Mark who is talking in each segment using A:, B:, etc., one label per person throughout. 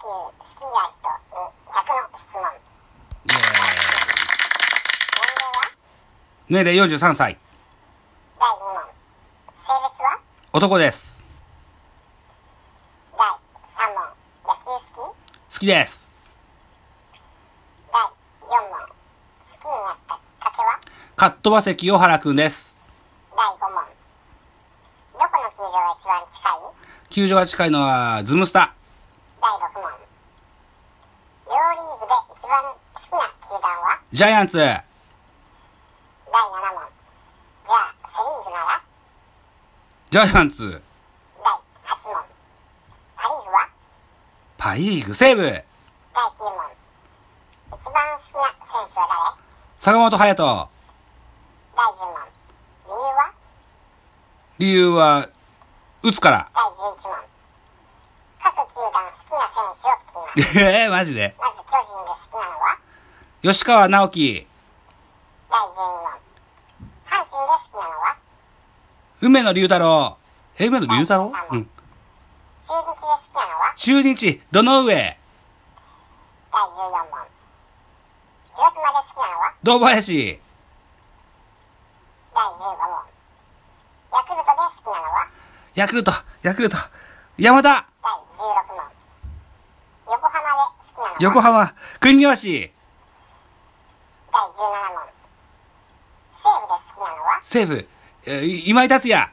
A: ない人に100の質問。
B: イエーイ。年齢43歳。
A: 年齢は第2問。性別は
B: 男です。
A: 第3問。野球好き
B: 好きです。
A: 第4問。好きになったきっかけは
B: かっ飛ばせ清原くんです。
A: 第5問。どこの球場が一番近い
B: 球場が近いのはズムスタ。
A: 第6問。両リーグで一番好きな球団は
B: ジャイアンツ。
A: 第7問。じゃあ、セリーグなら
B: ジャイアンツ。
A: 第8問。パリーグは
B: パリーグ西部。
A: 第9問。一番好きな選手は
B: 坂本隼人。
A: 誰第10問。理由は
B: 理由は、打つから。
A: 第11問。各球団好きな選手を聞きます。
B: えー、マジで。
A: まず巨人で好きなのは
B: 吉川直樹。
A: 第12問。阪神で好きなのは
B: 梅野龍太郎。え、梅野龍太郎うん。
A: 中日で好きなのは
B: 中日、どの上。
A: 第14問。広島で好きなのは
B: 堂林。
A: 第15問。ヤクルトで好きなのは
B: ヤクルト、ヤクルト。山田、
A: 第16問。横浜で好きなのは
B: 横浜、国吉。
A: 第17問。西武で好きなのは
B: 西武、えーい今井達也。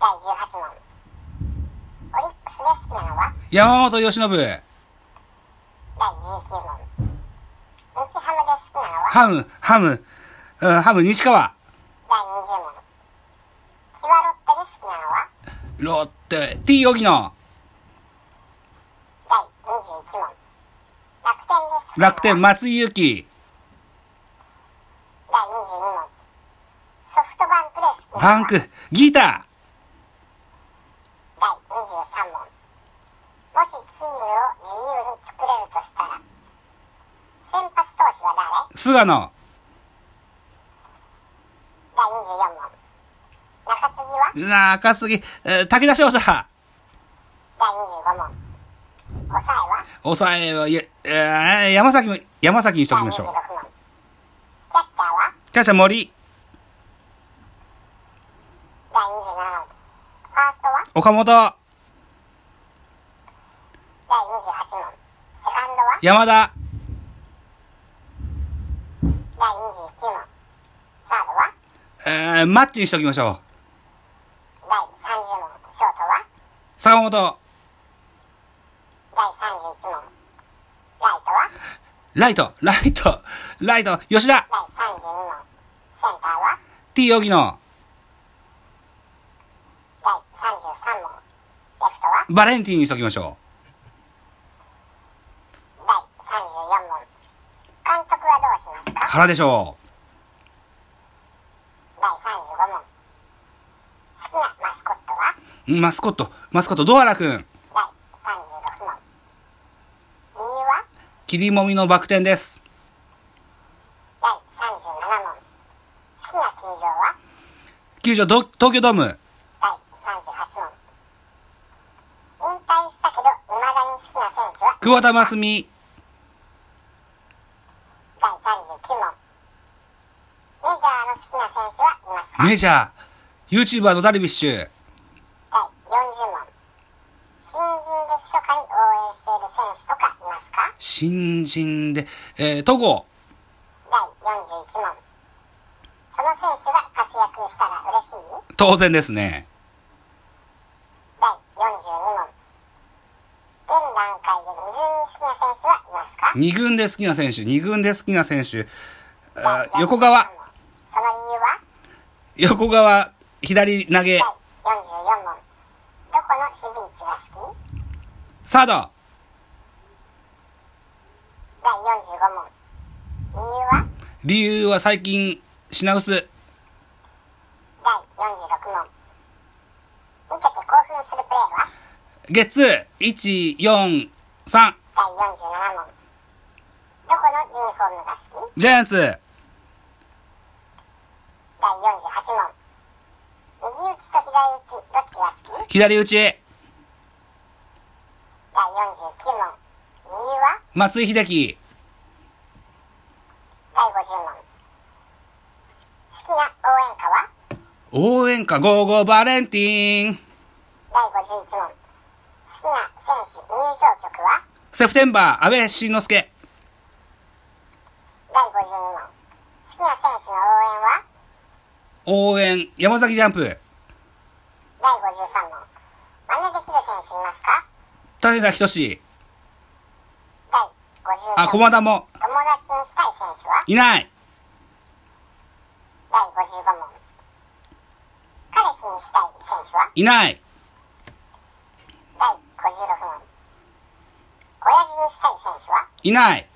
A: 第18問。オリックスで好きなのは
B: 山本由伸。ハ
A: 第19問。日ハムで好きなのは
B: ム、ハム、うんハム、西川。
A: 第20問。千葉ロッテで好きなのは
B: ロッテ、T 荻野。
A: 第21問。楽天で好きなのは
B: 楽天、松井裕樹。
A: 第22問。ソフトバンクで好きなのは
B: パンク、ギータ
A: 第23問もしチームを自由に作れるとしたら先発投手は誰
B: ー、菅野。
A: 第24問中継ぎは
B: うわー、赤杉、えー武田翔太。
A: 第25問抑えは
B: 抑えは、いええー山崎も、山崎にしと
A: 第
B: きまし
A: 26
B: ょう。
A: 問キャッチャーは
B: キャッチャー森、
A: 第27問ファーストは
B: 岡本、
A: 第28問セカンドは
B: 山田、
A: 第29問サードは
B: えー、マッチにしときましょう。
A: 第30問ショートは
B: 坂本、
A: 第31問ライトは
B: ライト、ライト、ライト、吉田、
A: 第32問センターは
B: T 荻野、
A: 第33問レフトは
B: バレンティンにしときましょ
A: 第34問監督はどうします
B: う。
A: か
B: 原でしょ
A: 第35問好きなマスコットは
B: う。マスコット、マスコット、ドアラくん。
A: 第36問理由は
B: 切りもみのバク転です。
A: 第37問好きな球場は
B: 球場、ど東京ドーム。
A: 第38問引退したけど未だに好きな選手は
B: 桑田真澄、
A: 第39問メジャーの好きな選手はいますか
B: メジャー、YouTuber のダルビッシュ、
A: 第40問新人で密かに応援している選手とかいますか
B: 新人で、えー、戸郷、
A: 第41問その選手が活躍したら嬉しい
B: 当然ですね。
A: 第42問現段階で二軍に好きな選手はいますか
B: 二軍で好きな選手、二軍で好きな選手、あ横川、
A: その理由は
B: 横川、左投
A: 第、44問
B: げ
A: どこの守備位置が好き
B: サード、
A: 第45問理由は
B: 理由は最近、品薄。
A: 第46問見てて興奮するプレーは
B: 月、1、4、3、
A: 第47問どこのユニフォームが好き
B: ジャイアンツ、
A: 第48問右打ちと左打ちどっちが好き
B: 左打ち、
A: 第49問理由は
B: 松井秀喜、
A: 第50問好きな応援歌は
B: 応援歌ゴーゴーバレンティーン、
A: 第51問好きな選手入場曲は
B: セプテンバー、安倍晋之助、
A: 第52問好きな選手の応援は
B: 応援、山崎ジャンプ、
A: 第53問真似できる選手いますか
B: 種田仁、
A: 第54
B: あ、
A: 問
B: 駒田も、
A: 友達にしたい選手はい
B: ない、
A: 第55問彼氏にしたい選手はい
B: ない、
A: 第56問親父にしたい選手はい
B: ない、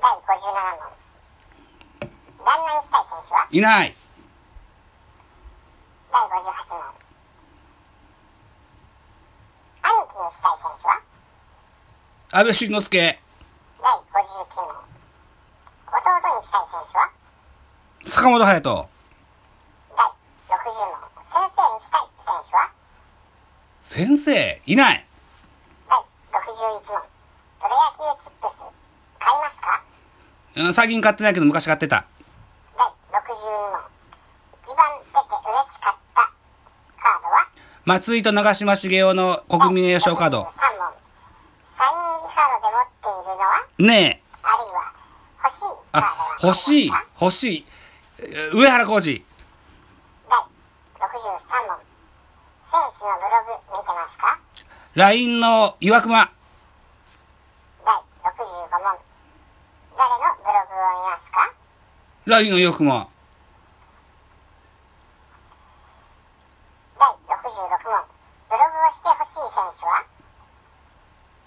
A: 第57問旦那にしたい選手はい
B: ない、
A: 第58問兄貴にしたい選手は
B: 安倍晋之助、
A: 第59問弟にしたい選手は
B: 坂本隼人、
A: 第60問先生にしたい選手は
B: 先生、いない、
A: 第61問プロ野球チップス買いますか
B: うん最近買ってないけど昔買ってた。
A: 第62問一番出て嬉しかったカードは
B: 松井と長嶋茂雄の国民栄誉賞カード。
A: 3問サイン入りカードで持っているのは
B: ねえ。
A: あるいは欲しいカード
B: あ
A: は、
B: 欲しい
A: ありますか。
B: 欲しい。えー上原浩二。
A: 第63問選手のブログ見てますか
B: LINE の岩隈。
A: 第65問誰のブログを見ますか
B: LINE の岩隈。
A: 第66問ブログをしてほしい選手は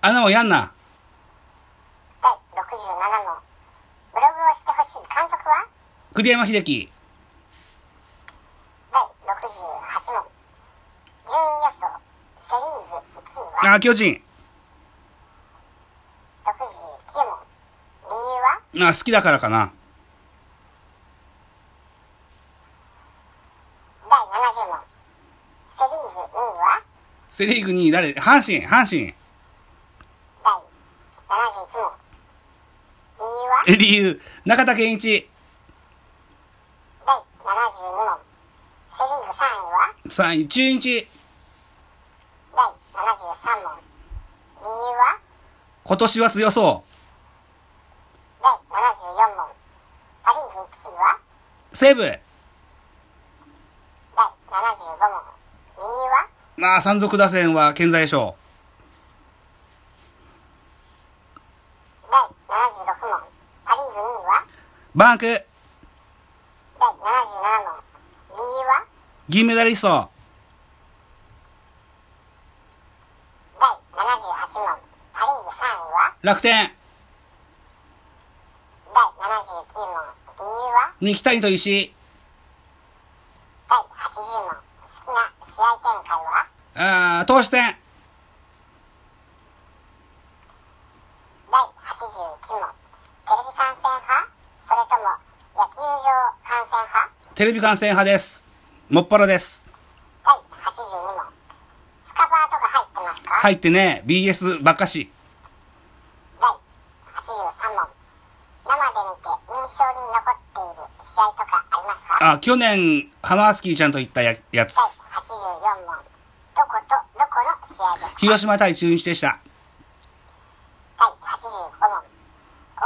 B: あんなもんやんな。
A: 第67問ブログをしてほしい監督は
B: 栗山秀樹。
A: 第68問順位予想セ・リーグ1位は
B: あ、巨人。
A: 69問理由は
B: あ、好きだからかな。
A: 第70問セ・リーグ2位は
B: セリーグ2位誰阪神、阪
A: 第71
B: 神。
A: 問理由は
B: え、理由。中田健一。
A: 第72問セ・リーグ3位は
B: 3位、中日。
A: 第73問理由は
B: 今年は強そ
A: 第74問パ・リーグ1位は
B: う。西武。
A: 第75問理由は
B: まあ、山賊打線は健在でしょ
A: 第76問パ・リーグ2位は
B: う。バンク。
A: 第77問理由は
B: 銀メダリスト。
A: 第78問パ・リーグ3位は
B: 楽天。
A: 第79問理由は
B: 三木谷と石井。
A: 第80問好きな試合展開は
B: あー、投手戦。
A: 第81問テレビ観戦派それとも野球場観戦派
B: テレビ観戦派です。もっぱらです。
A: 第82問スカパーとか入ってますか、
B: 入ってね、BS ばっかし。
A: 第83問生で見て印象に残っている試合とかありますか
B: あ、去年、ハマースキーちゃんと行ったややつ
A: 第。84問どことどこの試合ですか
B: 広島対中日でした。
A: 第85問応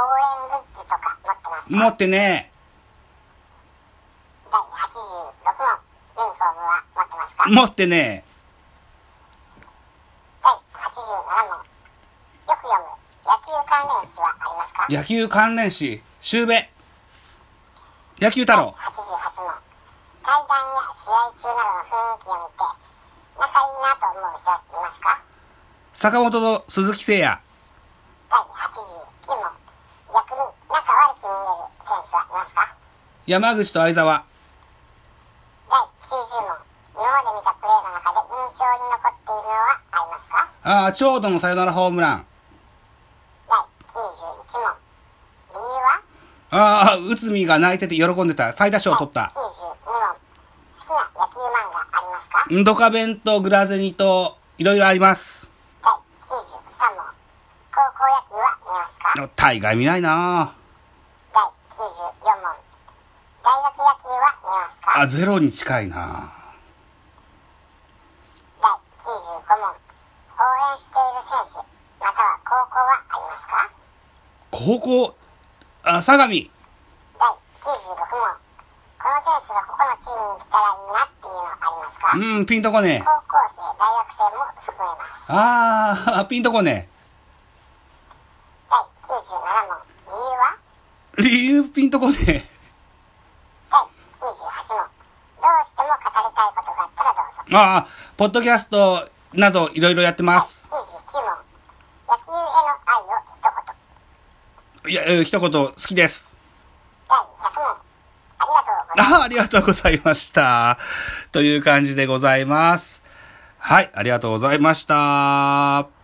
A: 援グッズとか持ってます
B: 持ってね、
A: 第86問ユニフォームは持ってますか
B: 持ってね、
A: 第87問よく読む野球関連誌はありますか
B: 野球関連誌、シュウベ。野球太郎。
A: 88問対談や試合中などの雰囲気を見て仲いいなと思う人たちいますか
B: 坂本と鈴木誠也。
A: 第89問逆に仲悪く見える選手はいますか
B: 山口と相沢。
A: 第90問今まで見たプレーの中で印象に残っているのはありますか
B: あー、長野のサヨナラホームラン。
A: 第91問理由は
B: あー、内海が泣いてて喜んでた。最多賞を取っ
A: 第
B: た。
A: 92問好きな野球漫画ありますか
B: ドカベンとグラゼニと、いろいろあります。
A: 第93問こ高校野球は見ますか
B: 大概見ないな
A: 第94問大学野球は見ますか
B: あ、ゼロに近いな
A: 第95問応援している選手または高校はありますか
B: 高校、あ、相模。
A: 第96問この選手がここのチームに来たらいいなっていうのありますか
B: うん、ピンとこねえ。
A: 高校生大学生も含めます
B: あー、ピンとこね
A: 第97問理由は
B: え。理由ピンとこねえ。
A: 第98問どうしても語りたいことがあったらどうぞ
B: あー、ポッドキャストなどいろいろやってま
A: 第
B: す。
A: 99問野球への愛を一言
B: いや、えー一言、好きです。
A: 第100問ありがとうございます
B: あーありがとうございました。という感じでございます。はい、ありがとうございました。